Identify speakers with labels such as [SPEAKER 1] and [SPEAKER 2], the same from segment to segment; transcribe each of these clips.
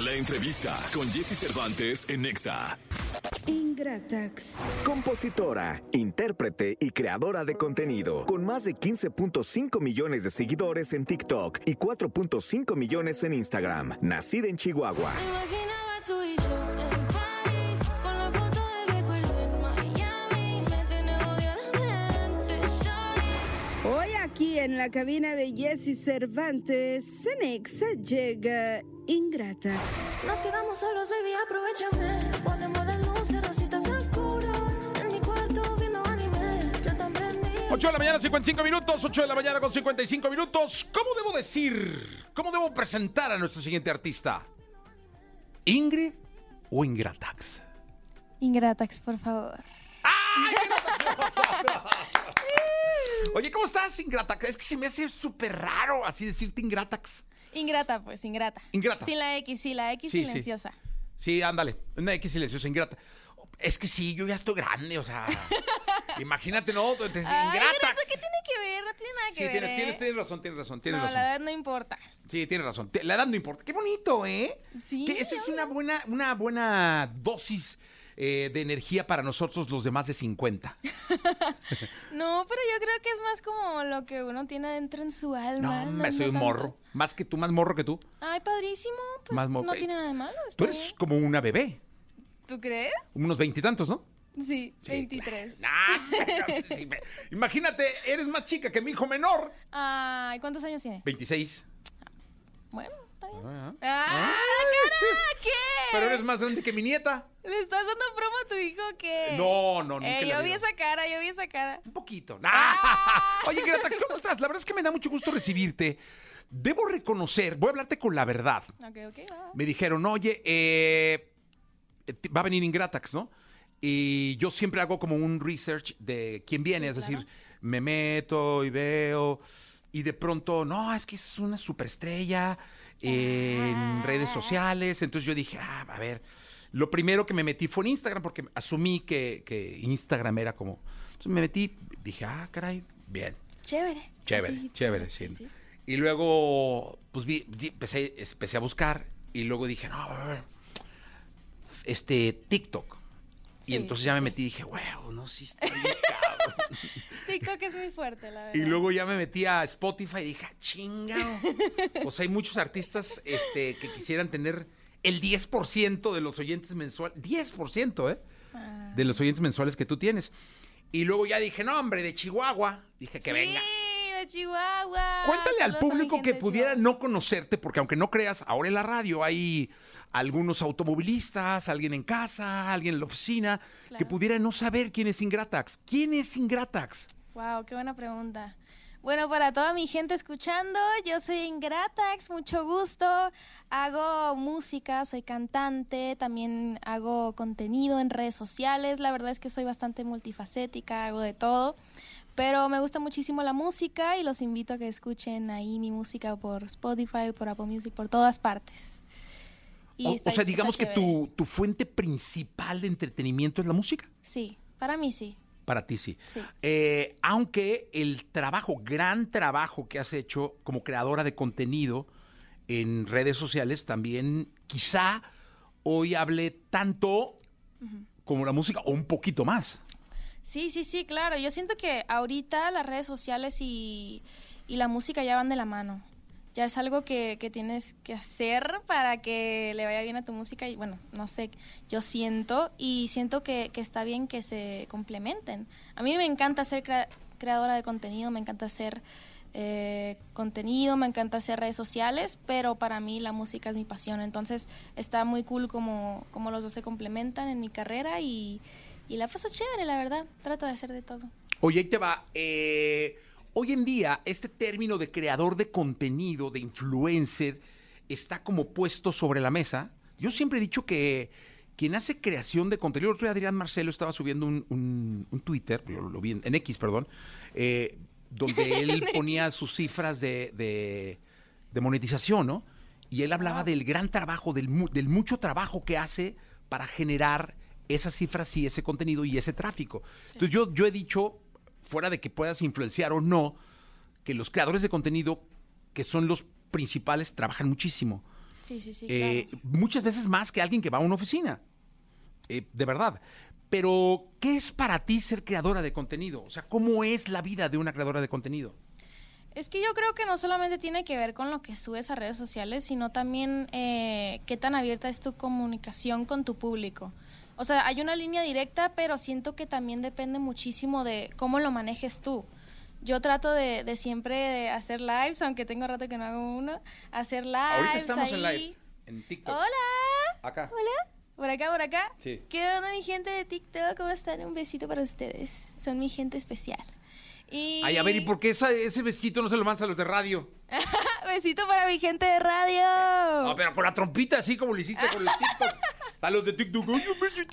[SPEAKER 1] La entrevista con Jesse Cervantes en Nexa.
[SPEAKER 2] Ingratax.
[SPEAKER 3] Compositora, intérprete y creadora de contenido, con más de 15.5 millones de seguidores en TikTok y 4.5 millones en Instagram, nacida en Chihuahua.
[SPEAKER 4] Me imaginaba tú y yo en París Con la foto del recuerdo en Miami Me tenés odiada de antes,
[SPEAKER 2] Hoy aquí en la cabina de Jesse Cervantes, Cenexa llega Ingratax.
[SPEAKER 4] Nos quedamos solos, baby, aprovechame. Ponemos las luces, rositas al culo. En mi cuarto viendo anime. Yo tan prendí.
[SPEAKER 5] 8 de la mañana, 55 minutos. 8 de la mañana con 55 minutos. ¿Cómo debo decir? ¿Cómo debo presentar a nuestro siguiente artista? ¿Ingrid o Ingratax?
[SPEAKER 6] Ingratax, por favor.
[SPEAKER 5] Oye, ¿cómo estás, Ingratax? Es que se me hace súper raro así decirte Ingratax.
[SPEAKER 6] Ingrata, pues, ingrata.
[SPEAKER 5] Ingrata.
[SPEAKER 6] Sin la X, sí, la X
[SPEAKER 5] Sí, sí.
[SPEAKER 6] silenciosa.
[SPEAKER 5] Sí, ándale. Una X silenciosa, Ingrata. Es que sí, yo ya estoy grande, o sea. imagínate, ¿no? Te- te-
[SPEAKER 6] Ay, pero
[SPEAKER 5] Ingratax.
[SPEAKER 6] ¿eso qué tiene que ver? No tiene nada que
[SPEAKER 5] Sí,
[SPEAKER 6] ver.
[SPEAKER 5] tienes,
[SPEAKER 6] ¿eh?
[SPEAKER 5] tienes, tienes razón, tienes razón, tienes
[SPEAKER 6] no,
[SPEAKER 5] razón.
[SPEAKER 6] la edad no importa.
[SPEAKER 5] Sí, tiene razón. Te- La edad no importa. Qué bonito, ¿eh?
[SPEAKER 6] Sí,
[SPEAKER 5] Que esa es
[SPEAKER 6] obvio.
[SPEAKER 5] una buena, una buena dosis eh, de energía para nosotros, los demás de 50.
[SPEAKER 6] No, pero yo creo que es más como lo que uno tiene adentro en su alma.
[SPEAKER 5] No, hombre, soy
[SPEAKER 6] no
[SPEAKER 5] un
[SPEAKER 6] tanto.
[SPEAKER 5] morro. Más que tú, más morro que tú.
[SPEAKER 6] Ay, padrísimo. Pues,
[SPEAKER 5] Más mo-
[SPEAKER 6] no
[SPEAKER 5] eh,
[SPEAKER 6] tiene nada de malo. está
[SPEAKER 5] Tú eres
[SPEAKER 6] bien.
[SPEAKER 5] como una bebé.
[SPEAKER 6] ¿Tú crees?
[SPEAKER 5] Unos veintitantos, ¿no?
[SPEAKER 6] Sí, 23.
[SPEAKER 5] Ah, sí, me- imagínate, eres más chica que mi hijo menor.
[SPEAKER 6] Ay, ¿cuántos años tiene?
[SPEAKER 5] 26.
[SPEAKER 6] Bueno, está bien.
[SPEAKER 5] Ah,
[SPEAKER 6] ¡Ah, la cara! ¿Qué?
[SPEAKER 5] Pero eres más grande que mi nieta.
[SPEAKER 6] ¿Le estás dando promo a tu hijo que...?
[SPEAKER 5] No, no, nunca
[SPEAKER 6] Eh,
[SPEAKER 5] en la
[SPEAKER 6] yo vi
[SPEAKER 5] vida.
[SPEAKER 6] esa cara, yo vi esa cara.
[SPEAKER 5] Un poquito. ¡Nah!
[SPEAKER 6] Ah.
[SPEAKER 5] Oye, Gratax, ¿cómo estás? La verdad es que me da mucho gusto recibirte. Debo reconocer, voy a hablarte con la verdad.
[SPEAKER 6] Ok, ok, va.
[SPEAKER 5] Me dijeron, oye, eh, te- va a venir Ingratax, ¿no? Y yo siempre hago como un research de quién viene, es decir, me meto y veo, y de pronto, no, es que es una superestrella en redes sociales. Entonces yo dije, ah, a ver, lo primero que me metí fue en Instagram, porque asumí que, que Instagram era como. Entonces me metí, dije, ah, caray, bien.
[SPEAKER 6] Chévere.
[SPEAKER 5] Chévere,
[SPEAKER 6] Sí,
[SPEAKER 5] chévere, sí.
[SPEAKER 6] sí, sí.
[SPEAKER 5] Y luego, pues vi, vi- empecé, empecé a buscar y luego dije, no, a ver, este, TikTok.
[SPEAKER 6] Sí,
[SPEAKER 5] y entonces ya
[SPEAKER 6] sí,
[SPEAKER 5] me
[SPEAKER 6] sí.
[SPEAKER 5] metí y dije, wow, no, sí está bien cabrón".
[SPEAKER 6] TikTok es muy fuerte, la verdad.
[SPEAKER 5] Y luego ya me metí a Spotify y dije, "Ah, chinga. O sea, hay muchos artistas este, que quisieran tener el 10% de los oyentes mensuales. 10%, ¿eh?
[SPEAKER 6] Ah.
[SPEAKER 5] De los oyentes mensuales que tú tienes. Y luego ya dije, no, hombre, de Chihuahua. Dije que
[SPEAKER 6] sí,
[SPEAKER 5] venga.
[SPEAKER 6] de Chihuahua.
[SPEAKER 5] Cuéntale al
[SPEAKER 6] Saludos a mi
[SPEAKER 5] público
[SPEAKER 6] gente
[SPEAKER 5] que
[SPEAKER 6] de
[SPEAKER 5] pudiera
[SPEAKER 6] Chihuahua.
[SPEAKER 5] no conocerte, porque aunque no creas, ahora en la radio hay algunos automovilistas, alguien en casa, alguien en la oficina, que
[SPEAKER 6] Claro.
[SPEAKER 5] pudiera no saber quién es Ingratax. ¿Quién es Ingratax?
[SPEAKER 6] Wow, qué buena pregunta. Bueno, para toda mi gente escuchando, yo soy Ingratax, mucho gusto. Hago música, soy cantante, también hago contenido en redes sociales. La verdad es que soy bastante multifacética, hago de todo. Pero me gusta muchísimo la música y los invito a que escuchen ahí mi música por Spotify, por Apple Music, por todas partes. Y
[SPEAKER 5] O,
[SPEAKER 6] está-
[SPEAKER 5] o sea,
[SPEAKER 6] está
[SPEAKER 5] digamos que
[SPEAKER 6] chévere.
[SPEAKER 5] tu, tu fuente principal de entretenimiento es la música.
[SPEAKER 6] Sí, para mí sí.
[SPEAKER 5] Para ti sí.
[SPEAKER 6] Sí.
[SPEAKER 5] Eh, aunque el trabajo, gran trabajo que has hecho como creadora de contenido en redes sociales también quizá hoy hable tanto como la música o un poquito más.
[SPEAKER 6] Sí, sí, sí, claro. Yo siento que ahorita las redes sociales y, y la música ya van de la mano. Ya es algo que, que tienes que hacer para que le vaya bien a tu música. Y bueno, no sé, yo siento y siento que, que está bien que se complementen. A mí me encanta ser crea- creadora de contenido, me encanta hacer eh, contenido, me encanta hacer redes sociales, pero para mí la música es mi pasión. Entonces está muy cool como, como los dos se complementan en mi carrera y, y la paso chévere, la verdad. Trato de hacer de todo.
[SPEAKER 5] Oye, ahí te va. eh, hoy en día, este término de creador de contenido, de influencer, está como puesto sobre la mesa. Yo siempre he dicho que quien hace creación de contenido, el otro día Adrián Marcelo estaba subiendo un, un- un Twitter, yo lo vi en, en X, perdón, eh, donde él ponía sus cifras de, de- de monetización, ¿no? Y él hablaba del gran trabajo, del, mu- del mucho trabajo que hace para generar esas cifras y ese contenido y ese tráfico. Entonces yo, yo he dicho, fuera de que puedas influenciar o no, que los creadores de contenido, que son los principales, trabajan muchísimo.
[SPEAKER 6] Sí, sí, sí.
[SPEAKER 5] Eh,
[SPEAKER 6] claro.
[SPEAKER 5] muchas veces más que alguien que va a una oficina. Eh, de verdad. Pero, ¿qué es para ti ser creadora de contenido? O sea, ¿cómo es la vida de una creadora de contenido?
[SPEAKER 6] Es que yo creo que no solamente tiene que ver con lo que subes a redes sociales, sino también eh, qué tan abierta es tu comunicación con tu público. O sea, hay una línea directa, pero siento que también depende muchísimo de cómo lo manejes tú. Yo trato de, de siempre de hacer lives, aunque tengo rato que no hago uno, hacer lives
[SPEAKER 5] Ahorita estamos en
[SPEAKER 6] pues ahí.
[SPEAKER 5] live, en TikTok.
[SPEAKER 6] Hola.
[SPEAKER 5] Acá.
[SPEAKER 6] Hola. Por acá, por acá.
[SPEAKER 5] Sí.
[SPEAKER 6] ¿Qué onda mi gente de TikTok? ¿Cómo están? Un besito para ustedes. Son mi gente especial. Y...
[SPEAKER 5] Ay, a ver, ¿y por qué esa- ese besito no se lo mandas a los de radio?
[SPEAKER 6] Besito para mi gente de radio.
[SPEAKER 5] Ah, pero con la trompita, así como lo hiciste con los TikTok. A los de TikTok.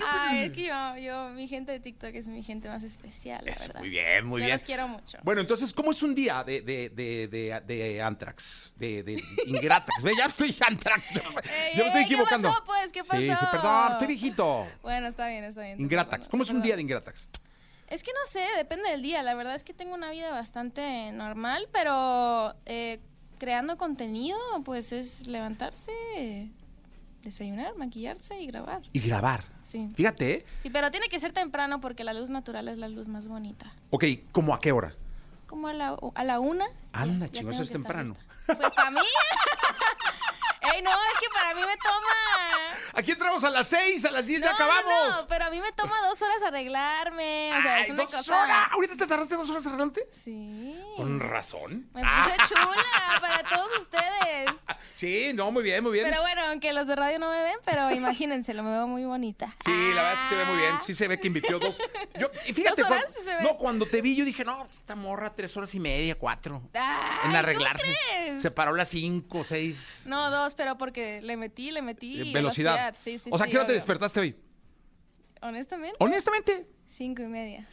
[SPEAKER 5] Ay,
[SPEAKER 6] Ay, es que yo, yo, mi gente de TikTok es mi gente más especial, la
[SPEAKER 5] Eso,
[SPEAKER 6] verdad.
[SPEAKER 5] muy bien, muy
[SPEAKER 6] Yo
[SPEAKER 5] bien.
[SPEAKER 6] los quiero mucho.
[SPEAKER 5] Bueno, entonces, ¿cómo es un día de, de, de, de, de Antrax? De, de Ingratax. Ve, ya estoy Antrax. Yo
[SPEAKER 6] Ey,
[SPEAKER 5] me estoy
[SPEAKER 6] ey, ¿qué
[SPEAKER 5] equivocando.
[SPEAKER 6] eh, pasó, pues? ¿Qué
[SPEAKER 5] Sí, sí,
[SPEAKER 6] pasó?
[SPEAKER 5] perdón, estoy viejito.
[SPEAKER 6] Bueno, está bien, está bien. te
[SPEAKER 5] Ingratax.
[SPEAKER 6] perdono,
[SPEAKER 5] ¿Cómo
[SPEAKER 6] te
[SPEAKER 5] es un día de
[SPEAKER 6] perdono.
[SPEAKER 5] Ingratax?
[SPEAKER 6] Es que no sé, depende del día. La verdad es que tengo una vida bastante normal, pero eh, creando contenido, pues es levantarse, desayunar, maquillarse y grabar.
[SPEAKER 5] Y grabar.
[SPEAKER 6] Sí.
[SPEAKER 5] Fíjate, ¿eh?
[SPEAKER 6] Sí, pero tiene que ser temprano porque la luz natural es la luz más bonita.
[SPEAKER 5] Ok, ¿cómo a qué hora?
[SPEAKER 6] Como a la, a la una.
[SPEAKER 5] Anda,
[SPEAKER 6] ya- ya
[SPEAKER 5] chingo,
[SPEAKER 6] tengo
[SPEAKER 5] eso es
[SPEAKER 6] que estar
[SPEAKER 5] temprano.
[SPEAKER 6] lista. Pues para mí. Ey, no, es que para mí me toma.
[SPEAKER 5] Aquí entramos a las 6, a las 10 ya
[SPEAKER 6] no,
[SPEAKER 5] acabamos.
[SPEAKER 6] No, no, pero a mí me toma dos horas arreglarme. O sea,
[SPEAKER 5] Ay,
[SPEAKER 6] es una
[SPEAKER 5] dos
[SPEAKER 6] cosa.
[SPEAKER 5] horas. ¿Ahorita te tardaste dos horas arreglante?
[SPEAKER 6] Sí.
[SPEAKER 5] Con razón.
[SPEAKER 6] Me
[SPEAKER 5] Ah,
[SPEAKER 6] puse chula para todos ustedes.
[SPEAKER 5] sí, no, muy bien, muy bien.
[SPEAKER 6] Pero bueno, aunque los de radio no me ven, pero imagínenselo, me veo muy bonita.
[SPEAKER 5] Sí, la verdad es que se ve muy bien. Sí se ve que invirtió dos. Yo, y fíjate,
[SPEAKER 6] ah. Dos horas
[SPEAKER 5] cuan-
[SPEAKER 6] sí se ve.
[SPEAKER 5] no, cuando te vi yo dije, no, esta morra tres horas y media, cuatro.
[SPEAKER 6] Ah,
[SPEAKER 5] en
[SPEAKER 6] ¿cómo
[SPEAKER 5] arreglarse.
[SPEAKER 6] crees?
[SPEAKER 5] Se paró las cinco, seis.
[SPEAKER 6] No, dos, pero porque le metí, le metí.
[SPEAKER 5] eh, velocidad.
[SPEAKER 6] Sí, sí,
[SPEAKER 5] o sea,
[SPEAKER 6] sí,
[SPEAKER 5] ¿qué hora te
[SPEAKER 6] obvio.
[SPEAKER 5] despertaste hoy?
[SPEAKER 6] Honestamente,
[SPEAKER 5] Honestamente,
[SPEAKER 6] cinco y media.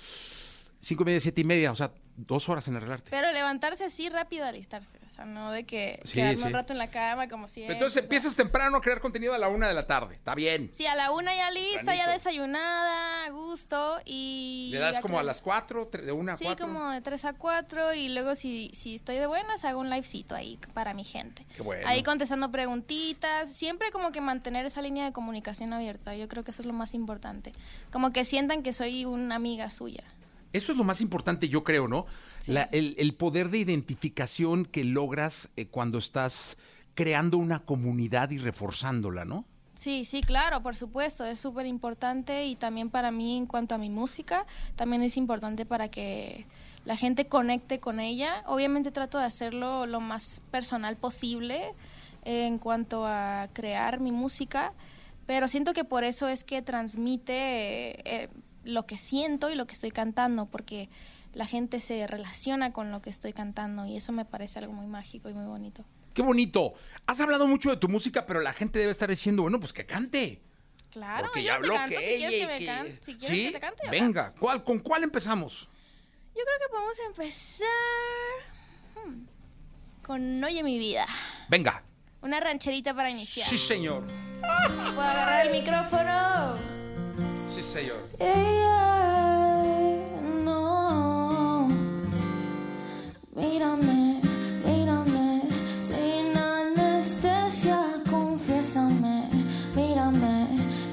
[SPEAKER 5] cinco y media, siete y media, o sea, dos horas en arreglarte.
[SPEAKER 6] Pero levantarse así rápido, alistarse. O sea, no de que
[SPEAKER 5] Sí,
[SPEAKER 6] quedarme
[SPEAKER 5] sí.
[SPEAKER 6] un rato en la cama como siempre.
[SPEAKER 5] Entonces
[SPEAKER 6] o sea.
[SPEAKER 5] empiezas temprano a crear contenido a la una de la tarde. Está bien.
[SPEAKER 6] Sí, a la una ya lista,
[SPEAKER 5] Tempranito.
[SPEAKER 6] ya desayunada, a gusto y...
[SPEAKER 5] Le das
[SPEAKER 6] ya
[SPEAKER 5] como
[SPEAKER 6] creo-
[SPEAKER 5] a las cuatro, tre- de una a
[SPEAKER 6] Sí,
[SPEAKER 5] cuatro.
[SPEAKER 6] como de 3 a 4 y luego si, si estoy de buenas hago un livecito ahí para mi gente.
[SPEAKER 5] Qué bueno.
[SPEAKER 6] Ahí contestando preguntitas, siempre como que mantener esa línea de comunicación abierta, yo creo que eso es lo más importante. Como que sientan que soy una amiga suya.
[SPEAKER 5] Eso es lo más importante, yo creo, ¿no?
[SPEAKER 6] Sí.
[SPEAKER 5] La- el, el poder de identificación que logras eh, cuando estás creando una comunidad y reforzándola, ¿no?
[SPEAKER 6] Sí, sí, claro, por supuesto, es súper importante y también para mí en cuanto a mi música, también es importante para que la gente conecte con ella. Obviamente trato de hacerlo lo más personal posible eh, en cuanto a crear mi música, pero siento que por eso es que transmite eh, eh, lo que siento y lo que estoy cantando, porque la gente se relaciona con lo que estoy cantando y eso me parece algo muy mágico y muy bonito.
[SPEAKER 5] Qué bonito. Has hablado mucho de tu música, pero la gente debe estar diciendo, bueno, pues que cante.
[SPEAKER 6] Claro,
[SPEAKER 5] Porque
[SPEAKER 6] yo te
[SPEAKER 5] habló
[SPEAKER 6] canto si quieres
[SPEAKER 5] ella
[SPEAKER 6] que
[SPEAKER 5] y
[SPEAKER 6] me cante, si quieres
[SPEAKER 5] ¿Sí?
[SPEAKER 6] que te cante. yo canto.
[SPEAKER 5] Venga, ¿cuál, ¿con cuál empezamos?
[SPEAKER 6] Yo creo que podemos empezar hmm, con Oye mi vida.
[SPEAKER 5] Venga.
[SPEAKER 6] Una rancherita para iniciar.
[SPEAKER 5] Sí, señor.
[SPEAKER 6] ¿Puedo agarrar el micrófono?
[SPEAKER 5] Sí, señor.
[SPEAKER 6] Ella no. Mírame, mírame, sin anestesia, confiésame. Mírame,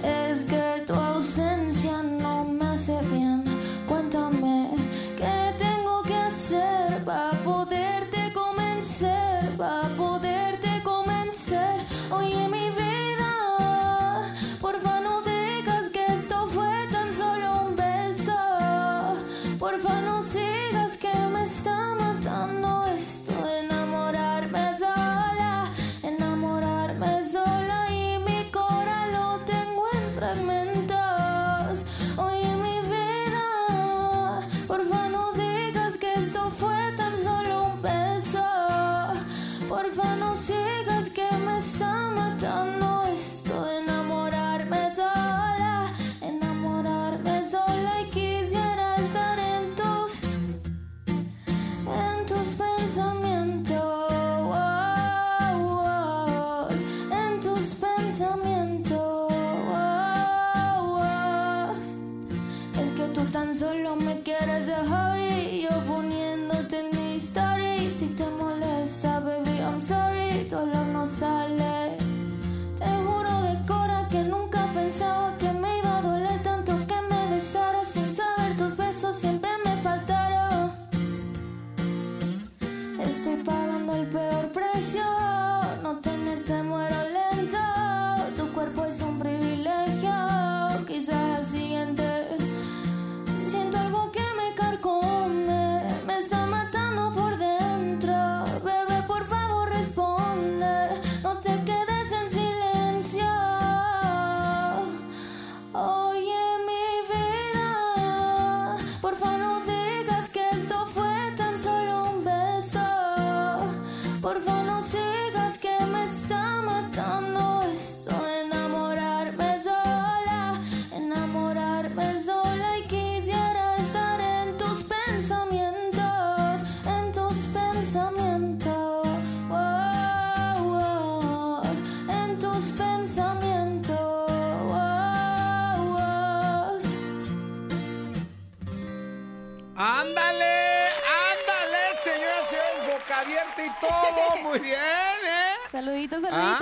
[SPEAKER 6] es que tu ausencia no me hace bien. Cuéntame, ¿qué tengo que hacer para poderte convencer? Para poderte convencer. Oye, mi vida, porfa, no digas que esto fue tan solo un beso. Porfa, no sigas que me está matando esto. Enamorarme sola, enamorarme sola y mi corazón lo tengo en fragmentos. oh, oh,
[SPEAKER 5] muy bien, ¿eh?
[SPEAKER 6] Saluditos, saluditos.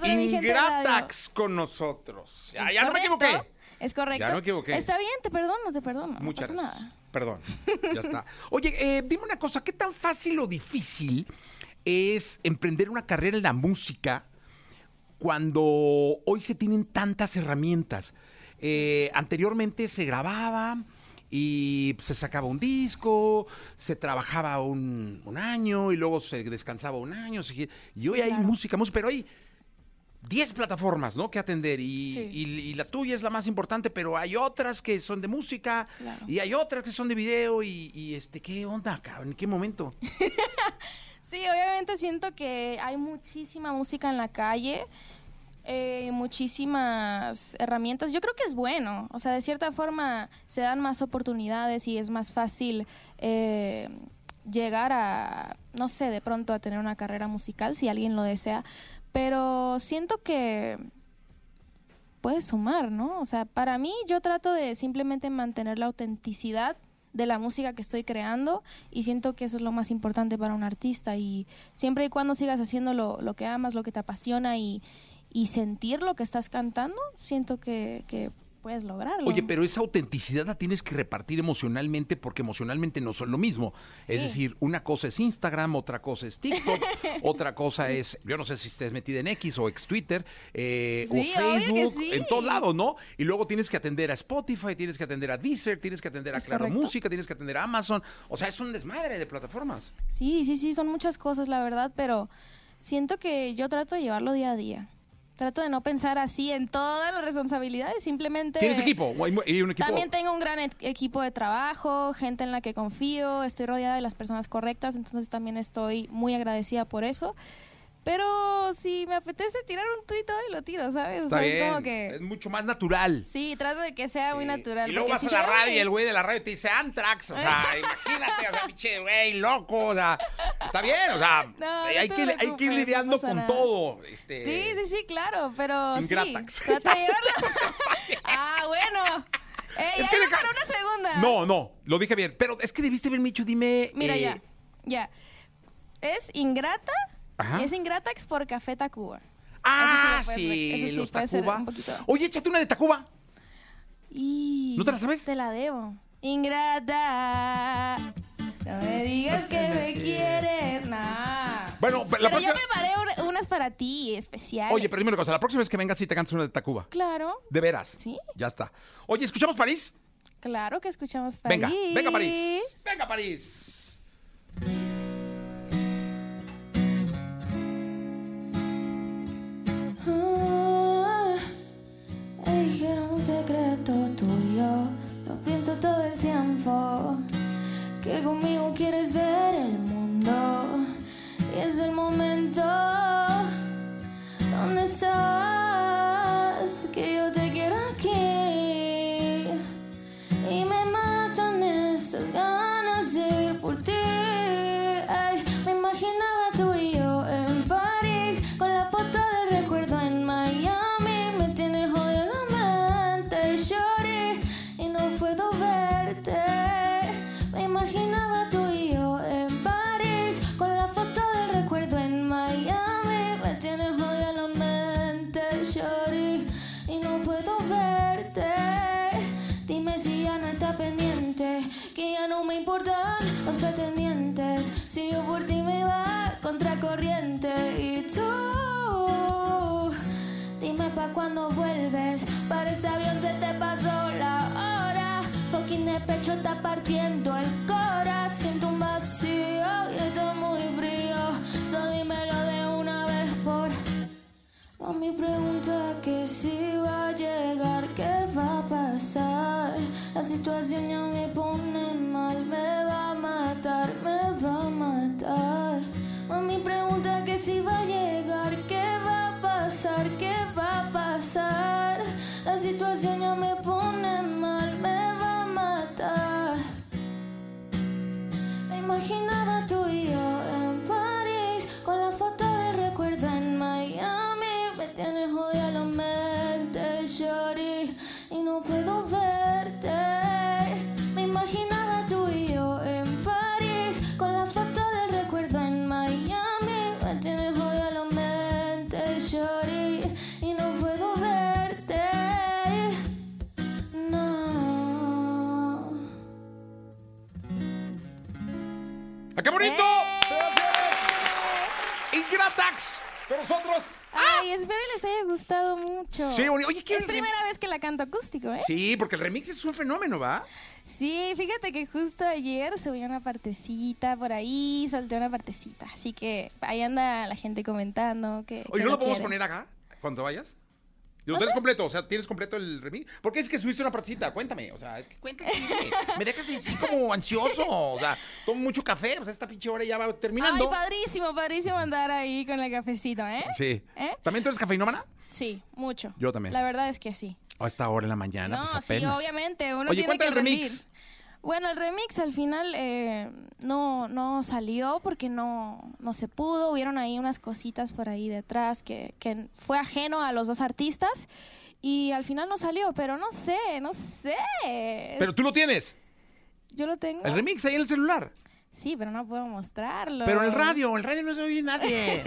[SPEAKER 6] para mi gente de radio.
[SPEAKER 5] Ah, Ingratax con nosotros. Ah, Ya,
[SPEAKER 6] Es
[SPEAKER 5] ya no me
[SPEAKER 6] correcto,
[SPEAKER 5] equivoqué.
[SPEAKER 6] Es correcto.
[SPEAKER 5] Ya no me equivoqué.
[SPEAKER 6] Está bien, te perdono, te perdono. no
[SPEAKER 5] Muchas
[SPEAKER 6] pasa
[SPEAKER 5] gracias.
[SPEAKER 6] nada.
[SPEAKER 5] Perdón, ya está. Oye, eh, dime una cosa, ¿qué tan fácil o difícil es emprender una carrera en la música cuando hoy se tienen tantas herramientas? Eh, anteriormente se grababa y se sacaba un disco, se trabajaba un, un año y luego se descansaba un año. se gi- Y hoy hay
[SPEAKER 6] claro.
[SPEAKER 5] música, música, pero hoy... 10 plataformas, ¿no? Que atender y,
[SPEAKER 6] Sí.
[SPEAKER 5] y- y la tuya es la más importante, pero hay otras que son de música
[SPEAKER 6] Claro.
[SPEAKER 5] y hay otras que son de video y, y, este, ¿qué onda, cabrón? ¿En qué momento?
[SPEAKER 6] Sí, obviamente siento que hay muchísima música en la calle, eh, muchísimas herramientas. Yo creo que es bueno, o sea, de cierta forma se dan más oportunidades y es más fácil eh, llegar a, no sé, de pronto a tener una carrera musical si alguien lo desea, pero siento que puedes sumar, ¿no? O sea, para mí yo trato de simplemente mantener la autenticidad de la música que estoy creando y siento que eso es lo más importante para un artista y siempre y cuando sigas haciendo lo, lo que amas, lo que te apasiona y, y sentir lo que estás cantando, siento que, que puedes lograrlo.
[SPEAKER 5] Oye, pero esa autenticidad la tienes que repartir emocionalmente porque emocionalmente no son lo mismo. Es
[SPEAKER 6] Sí.
[SPEAKER 5] decir, una cosa es Instagram, otra cosa es TikTok, otra cosa es, yo no sé si estés metida en X o ex Twitter eh,
[SPEAKER 6] Sí,
[SPEAKER 5] o
[SPEAKER 6] obvio que
[SPEAKER 5] Facebook,
[SPEAKER 6] sí.
[SPEAKER 5] en todos lados, ¿no? Y luego tienes que atender a Spotify, tienes que atender a Deezer, tienes que atender a
[SPEAKER 6] Es
[SPEAKER 5] Claro
[SPEAKER 6] correcto.
[SPEAKER 5] Música, tienes que atender a Amazon. O sea, es un desmadre de plataformas.
[SPEAKER 6] Sí, sí, sí, son muchas cosas, la verdad, pero siento que yo trato de llevarlo día a día. Trato de no pensar así en todas las responsabilidades, simplemente...
[SPEAKER 5] ¿Tienes equipo? ¿O hay mu- y un equipo?
[SPEAKER 6] Este, También tengo un gran e- equipo de trabajo, gente en la que confío, estoy rodeada de las personas correctas, entonces también estoy muy agradecida por eso. Pero si me apetece tirar un tuit hoy, lo tiro, ¿sabes? O
[SPEAKER 5] Está
[SPEAKER 6] sea, es como
[SPEAKER 5] bien, es
[SPEAKER 6] que...
[SPEAKER 5] mucho más natural.
[SPEAKER 6] Sí, trato de que sea muy
[SPEAKER 5] Sí.
[SPEAKER 6] natural.
[SPEAKER 5] Y luego
[SPEAKER 6] porque
[SPEAKER 5] vas
[SPEAKER 6] si
[SPEAKER 5] a la
[SPEAKER 6] se ve
[SPEAKER 5] radio
[SPEAKER 6] muy-
[SPEAKER 5] y el güey de la radio te dice Antrax. O sea, imagínate, o sea, pinche güey, loco. O sea, está bien, o sea,
[SPEAKER 6] No, no
[SPEAKER 5] hay,
[SPEAKER 6] te
[SPEAKER 5] que, hay que ir
[SPEAKER 6] preocupes,
[SPEAKER 5] lidiando
[SPEAKER 6] no pasa
[SPEAKER 5] con
[SPEAKER 6] nada.
[SPEAKER 5] todo. Este,
[SPEAKER 6] Sí, sí, sí, claro, pero sí.
[SPEAKER 5] Ingratax.
[SPEAKER 6] Trato de llevarlo. ah, bueno. Eh,
[SPEAKER 5] Es
[SPEAKER 6] ya
[SPEAKER 5] que
[SPEAKER 6] no
[SPEAKER 5] deja-
[SPEAKER 6] para una segunda.
[SPEAKER 5] No, no, lo dije bien. Pero es que debiste haberme dicho, dime.
[SPEAKER 6] Mira,
[SPEAKER 5] eh,
[SPEAKER 6] ya. Ya. Es ingrata.
[SPEAKER 5] Ajá.
[SPEAKER 6] Y es ingratax por Café Tacuba.
[SPEAKER 5] Ah,
[SPEAKER 6] Eso sí lo puedes
[SPEAKER 5] sí,
[SPEAKER 6] re- eso sí
[SPEAKER 5] los
[SPEAKER 6] puede ser
[SPEAKER 5] Tacuba.
[SPEAKER 6] un poquito.
[SPEAKER 5] Oye, échate una de Tacuba.
[SPEAKER 6] Y
[SPEAKER 5] ¿No te la sabes?
[SPEAKER 6] Te la debo. Ingrata. No me digas que me quieres, nah.
[SPEAKER 5] Bueno, pero
[SPEAKER 6] pero,
[SPEAKER 5] la
[SPEAKER 6] yo
[SPEAKER 5] próxima-
[SPEAKER 6] preparé un- unas para ti especiales.
[SPEAKER 5] Oye, pero dime una cosa, la próxima vez que vengas sí te cantas una de Tacuba.
[SPEAKER 6] Claro,
[SPEAKER 5] De veras.
[SPEAKER 6] Sí.
[SPEAKER 5] Ya está. Oye, ¿escuchamos París?
[SPEAKER 6] claro que escuchamos París.
[SPEAKER 5] Venga, venga París. Venga París.
[SPEAKER 6] Ah, Me dijeron un secreto tuyo, lo pienso todo el tiempo. Que conmigo quieres ver el mundo. Y es el momento. ¿Dónde estás? Que yo te quiero aquí. Y me matan estas ganas de ir por ti. Ay, me imaginaba tú y yo en París, con la foto del recuerdo en Miami. Me tiene jodida la mente, lloré y no puedo verte. Me imaginaba tú y yo en París, con la foto del recuerdo en Miami. Me tiene jodida la mente, lloré y no puedo verte. Dime si ya no está pendiente, que ya no me importan los pretendientes. Si yo por ti me iba contra corriente y tú, dime pa' cuando vuelves. Para ese avión se te pasó la hora. Fucking el pecho está partiendo el corazón. Siento un vacío y estoy muy frío. Solo dímelo de una vez por a mi pregunta que si va a llegar, qué va a pasar. La situación ya me pone mal, me va a matar, me va a matar. Mami pregunta que si va a llegar, qué va a pasar, qué va a pasar. La situación ya me pone mal, me va a matar. Me imaginaba tú y yo en París Con la foto de recuerdo en Miami Me tienes jodida la mente, shorty Y no puedo verte Me imaginaba tú y yo en París Con la foto del recuerdo en Miami Me
[SPEAKER 5] Ah. ¡Ah,
[SPEAKER 6] Eh. gustado mucho.
[SPEAKER 5] Sí, boni- oye, ¿qué
[SPEAKER 6] Es primera vez que la canto acústico, ¿eh?
[SPEAKER 5] Sí, porque el remix es un fenómeno, ¿va?
[SPEAKER 6] Sí, fíjate que justo ayer subí una partecita por ahí, solté una partecita. Así que ahí anda la gente comentando que.
[SPEAKER 5] Oye,
[SPEAKER 6] que
[SPEAKER 5] ¿no
[SPEAKER 6] lo
[SPEAKER 5] lo podemos
[SPEAKER 6] quiere.
[SPEAKER 5] poner acá cuando vayas? Lo tienes completo, o sea, tienes completo el remix. ¿Por qué es que subiste una partecita? Cuéntame, o sea, es que cuéntame. Me dejas así como ansioso, o sea, tomo mucho café, pues esta pinche hora ya va
[SPEAKER 6] Ay,
[SPEAKER 5] terminando.
[SPEAKER 6] padrísimo, padrísimo andar ahí con el cafecito, ¿eh?
[SPEAKER 5] Sí.
[SPEAKER 6] ¿Eh?
[SPEAKER 5] ¿También tú eres cafeinómana?
[SPEAKER 6] Sí, mucho.
[SPEAKER 5] Yo también.
[SPEAKER 6] La verdad es que sí.
[SPEAKER 5] A esta hora en la mañana,
[SPEAKER 6] no,
[SPEAKER 5] pues
[SPEAKER 6] sí,
[SPEAKER 5] apenas.
[SPEAKER 6] obviamente, uno
[SPEAKER 5] Oye,
[SPEAKER 6] tiene
[SPEAKER 5] cuenta
[SPEAKER 6] que
[SPEAKER 5] el remix.
[SPEAKER 6] rendir. Bueno, el remix al final eh, no, no salió porque no, no se pudo. Hubieron ahí unas cositas por ahí detrás que, que fue ajeno a los dos artistas. Y al final no salió, pero no sé, no sé.
[SPEAKER 5] Pero tú lo tienes,
[SPEAKER 6] Yo lo tengo.
[SPEAKER 5] el remix ahí en el celular.
[SPEAKER 6] Sí, pero no puedo mostrarlo.
[SPEAKER 5] Pero en el radio, el radio no se oye nadie.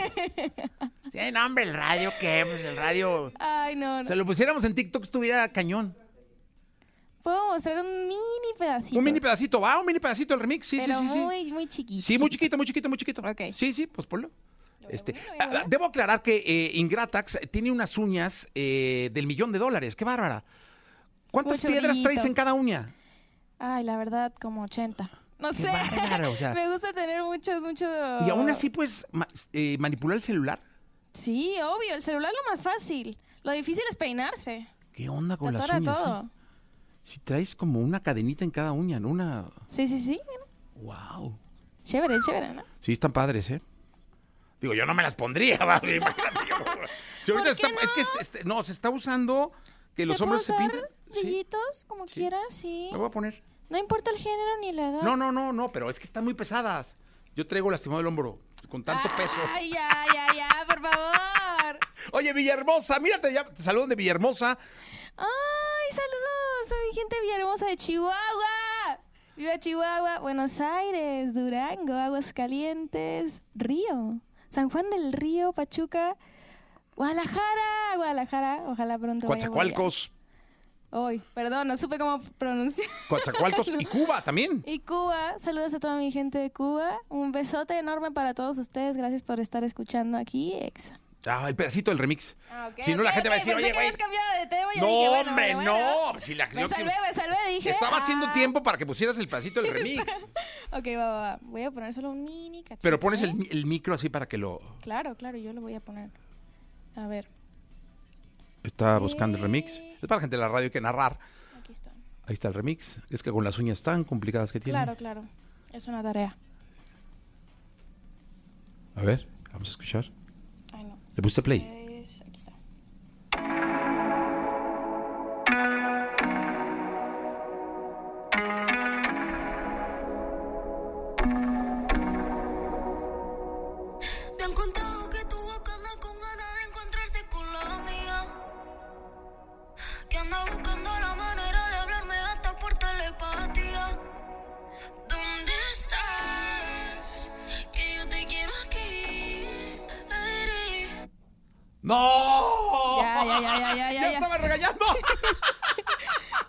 [SPEAKER 5] Sí, no, hombre, el radio, ¿qué? Pues el radio.
[SPEAKER 6] Ay, no, no.
[SPEAKER 5] Se lo pusiéramos en TikTok, estuviera cañón.
[SPEAKER 6] Puedo mostrar un mini pedacito.
[SPEAKER 5] Un mini pedacito, va, un mini pedacito el remix, sí,
[SPEAKER 6] pero
[SPEAKER 5] sí, sí. sí.
[SPEAKER 6] muy, muy chiquito.
[SPEAKER 5] Sí, muy chiquito, muy chiquito, muy chiquito.
[SPEAKER 6] Ok.
[SPEAKER 5] Sí, sí, pues ponlo. Este,
[SPEAKER 6] bueno, ya
[SPEAKER 5] ah,
[SPEAKER 6] veo.
[SPEAKER 5] debo aclarar que eh, Ingratax tiene unas uñas eh, del millón de dólares. ¡Qué bárbara! ¿Cuántas
[SPEAKER 6] Mucho
[SPEAKER 5] piedras
[SPEAKER 6] brillito.
[SPEAKER 5] traes en cada uña?
[SPEAKER 6] Ay, la verdad, como 80. No sé.
[SPEAKER 5] bárbaro, o sea.
[SPEAKER 6] Me gusta tener mucho, mucho.
[SPEAKER 5] Y aún así,
[SPEAKER 6] Oh.
[SPEAKER 5] pues, ma- eh, manipular el celular.
[SPEAKER 6] Sí, obvio. El celular es lo más fácil. Lo difícil es peinarse.
[SPEAKER 5] ¿Qué onda
[SPEAKER 6] Te
[SPEAKER 5] con las
[SPEAKER 6] atora
[SPEAKER 5] uñas?
[SPEAKER 6] todo.
[SPEAKER 5] Si traes como una cadenita en cada uña, ¿no? Una...
[SPEAKER 6] Sí, sí, sí. mira.
[SPEAKER 5] ¡Wow!
[SPEAKER 6] Chévere, chévere, ¿no?
[SPEAKER 5] Sí, están padres, ¿eh? Digo, yo no me las pondría, va. Imagínate, yo no- Si ahorita
[SPEAKER 6] ¿Por qué
[SPEAKER 5] está- Es que es- este- no, se está usando que los
[SPEAKER 6] puede
[SPEAKER 5] hombres se
[SPEAKER 6] usar
[SPEAKER 5] pintan. Sí,
[SPEAKER 6] brillitos como quieras, sí.
[SPEAKER 5] me voy a poner.
[SPEAKER 6] No importa el género ni la edad.
[SPEAKER 5] No, no, no, no, pero es que están muy pesadas. Yo traigo lastimado el hombro con tanto peso.
[SPEAKER 6] Ay, ya, ya, ya, por favor.
[SPEAKER 5] Oye, Villahermosa, mírate, ya te saludan de Villahermosa.
[SPEAKER 6] Ay, saludos a mi gente hermosa de Chihuahua. Viva Chihuahua, Buenos Aires, Durango, Aguascalientes, Río, San Juan del Río, Pachuca, Guadalajara, Guadalajara, ojalá pronto vaya por allá.
[SPEAKER 5] Coatzacoalcos,
[SPEAKER 6] Hoy, perdón, no supe cómo pronunciar.
[SPEAKER 5] Coatzacoalcos y Cuba también.
[SPEAKER 6] Y Cuba, saludos a toda mi gente de Cuba. Un besote enorme para todos ustedes. Gracias por estar escuchando aquí, Exa.
[SPEAKER 5] Ah, el pedacito del remix.
[SPEAKER 6] Ah,
[SPEAKER 5] si no, la gente va a decir,
[SPEAKER 6] Pensé
[SPEAKER 5] oye,
[SPEAKER 6] que
[SPEAKER 5] güey.
[SPEAKER 6] habías cambiado de tema. Yo
[SPEAKER 5] No,
[SPEAKER 6] dije, bueno,
[SPEAKER 5] hombre,
[SPEAKER 6] bueno, bueno.
[SPEAKER 5] no. Si la,
[SPEAKER 6] Me
[SPEAKER 5] yo que-
[SPEAKER 6] salvé, me salvé, dije.
[SPEAKER 5] Estaba haciendo
[SPEAKER 6] ah.
[SPEAKER 5] tiempo para que pusieras el pedacito del remix.
[SPEAKER 6] Ok, va, va, va. Voy a poner solo un mini cachito.
[SPEAKER 5] Pero pones el,
[SPEAKER 6] ¿eh?
[SPEAKER 5] mi- el micro así para que lo.
[SPEAKER 6] Claro, claro, yo lo voy a poner. A ver,
[SPEAKER 5] Está buscando el remix. Es para gente de la radio que narrar.
[SPEAKER 6] aquí está.
[SPEAKER 5] Ahí está el remix. Es que con las uñas tan complicadas que tiene.
[SPEAKER 6] Claro, claro. Es una tarea.
[SPEAKER 5] A ver, vamos a escuchar.
[SPEAKER 6] Ay, no.
[SPEAKER 5] Le pusiste play.
[SPEAKER 6] Es- Aquí está.
[SPEAKER 7] Me han contado que tu boca anda con ganas de encontrarse con la mía. Que anda buscando la manera de hablarme hasta por telepatía. ¿Dónde estás? Que yo te quiero aquí. Lady.
[SPEAKER 5] ¡No!
[SPEAKER 6] Ya, ya, ya, ya, ya, ya,
[SPEAKER 5] ¡Ya
[SPEAKER 6] ya.
[SPEAKER 5] estaba regañando!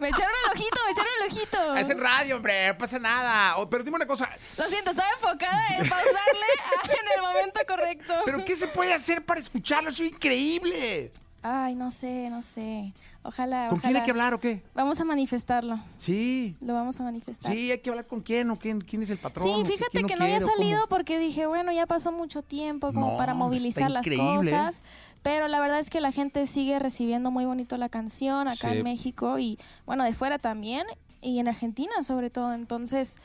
[SPEAKER 6] Me echaron el ojito, me echaron el ojito.
[SPEAKER 5] es en radio, hombre, Ah, no pasa nada. O, pero dime una cosa,
[SPEAKER 6] Lo siento, estaba enfocada en pausarle a- en el momento correcto.
[SPEAKER 5] ¿pero qué se puede hacer para escucharlo? ¡Eso es increíble!
[SPEAKER 6] Ay, no sé, no sé. Ojalá.
[SPEAKER 5] ¿Con quién hay
[SPEAKER 6] ojalá.
[SPEAKER 5] que hablar o qué?
[SPEAKER 6] Vamos a manifestarlo.
[SPEAKER 5] Sí,
[SPEAKER 6] Lo vamos a manifestar.
[SPEAKER 5] sí, hay que hablar con quién o quién, quién es el patrón.
[SPEAKER 6] Sí,
[SPEAKER 5] o
[SPEAKER 6] fíjate
[SPEAKER 5] quién
[SPEAKER 6] que no había
[SPEAKER 5] quiere o cómo.
[SPEAKER 6] salido porque dije, bueno, ya pasó mucho tiempo como
[SPEAKER 5] No,
[SPEAKER 6] para
[SPEAKER 5] hombre,
[SPEAKER 6] movilizar
[SPEAKER 5] está
[SPEAKER 6] las
[SPEAKER 5] increíble, ¿eh?
[SPEAKER 6] cosas, pero la verdad es que la gente sigue recibiendo muy bonito la canción acá
[SPEAKER 5] Sí.
[SPEAKER 6] en México y bueno, de fuera también y en Argentina sobre todo, entonces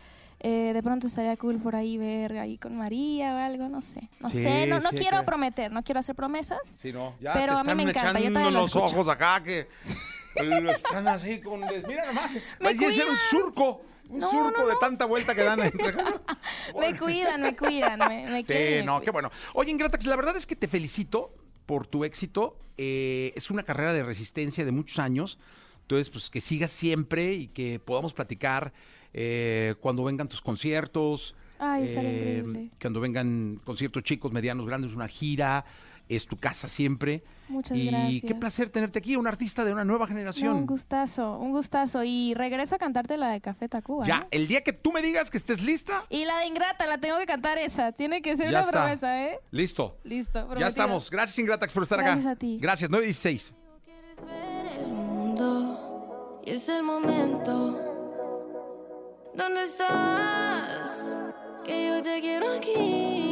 [SPEAKER 6] eh, de pronto estaría cool por ahí ver ahí con María o algo, no sé, no
[SPEAKER 5] Sí,
[SPEAKER 6] sé, no, no
[SPEAKER 5] sí,
[SPEAKER 6] quiero
[SPEAKER 5] claro.
[SPEAKER 6] prometer, no quiero hacer promesas,
[SPEAKER 5] Sí, no, ya
[SPEAKER 6] pero
[SPEAKER 5] te
[SPEAKER 6] a mí me
[SPEAKER 5] están
[SPEAKER 6] encanta, yo
[SPEAKER 5] echando
[SPEAKER 6] también lo
[SPEAKER 5] los
[SPEAKER 6] escucho.
[SPEAKER 5] ojos acá que lo están así con... Mira nomás,
[SPEAKER 6] Me
[SPEAKER 5] parecía ser un
[SPEAKER 6] cuidan.
[SPEAKER 5] surco, un
[SPEAKER 6] No,
[SPEAKER 5] surco
[SPEAKER 6] no,
[SPEAKER 5] de
[SPEAKER 6] no.
[SPEAKER 5] tanta vuelta que dan. entre-
[SPEAKER 6] Me cuidan, me cuidan, me, me quieren.
[SPEAKER 5] Sí,
[SPEAKER 6] me
[SPEAKER 5] no, qué bueno.
[SPEAKER 6] cuidan.
[SPEAKER 5] Oye, Ingratax, la verdad es que te felicito por tu éxito. Eh, es una carrera de resistencia de muchos años. Entonces, pues que sigas siempre y que podamos platicar eh, cuando vengan tus conciertos. eh,
[SPEAKER 6] Ay, estaría increíble.
[SPEAKER 5] Cuando vengan conciertos chicos, medianos, grandes, una gira. Es tu casa siempre.
[SPEAKER 6] Muchas
[SPEAKER 5] y
[SPEAKER 6] gracias.
[SPEAKER 5] qué placer tenerte aquí, un artista de una nueva
[SPEAKER 6] No,
[SPEAKER 5] generación.
[SPEAKER 6] un gustazo, un gustazo. Y regreso a cantarte la de Café Tacuba.
[SPEAKER 5] ya,
[SPEAKER 6] ¿no?
[SPEAKER 5] el día que tú me digas que estés lista,
[SPEAKER 6] Y la de Ingrata, la tengo que cantar esa. Tiene que ser
[SPEAKER 5] ya
[SPEAKER 6] una
[SPEAKER 5] está.
[SPEAKER 6] promesa, ¿eh?
[SPEAKER 5] Listo.
[SPEAKER 6] Listo,
[SPEAKER 5] Ya
[SPEAKER 6] prometida.
[SPEAKER 5] estamos. Gracias, Ingratax, por estar acá.
[SPEAKER 6] Gracias a ti.
[SPEAKER 5] Gracias, 9 y 16.
[SPEAKER 4] Quieres ver el mundo y es el momento. ¿Dónde estás? Que yo te quiero aquí.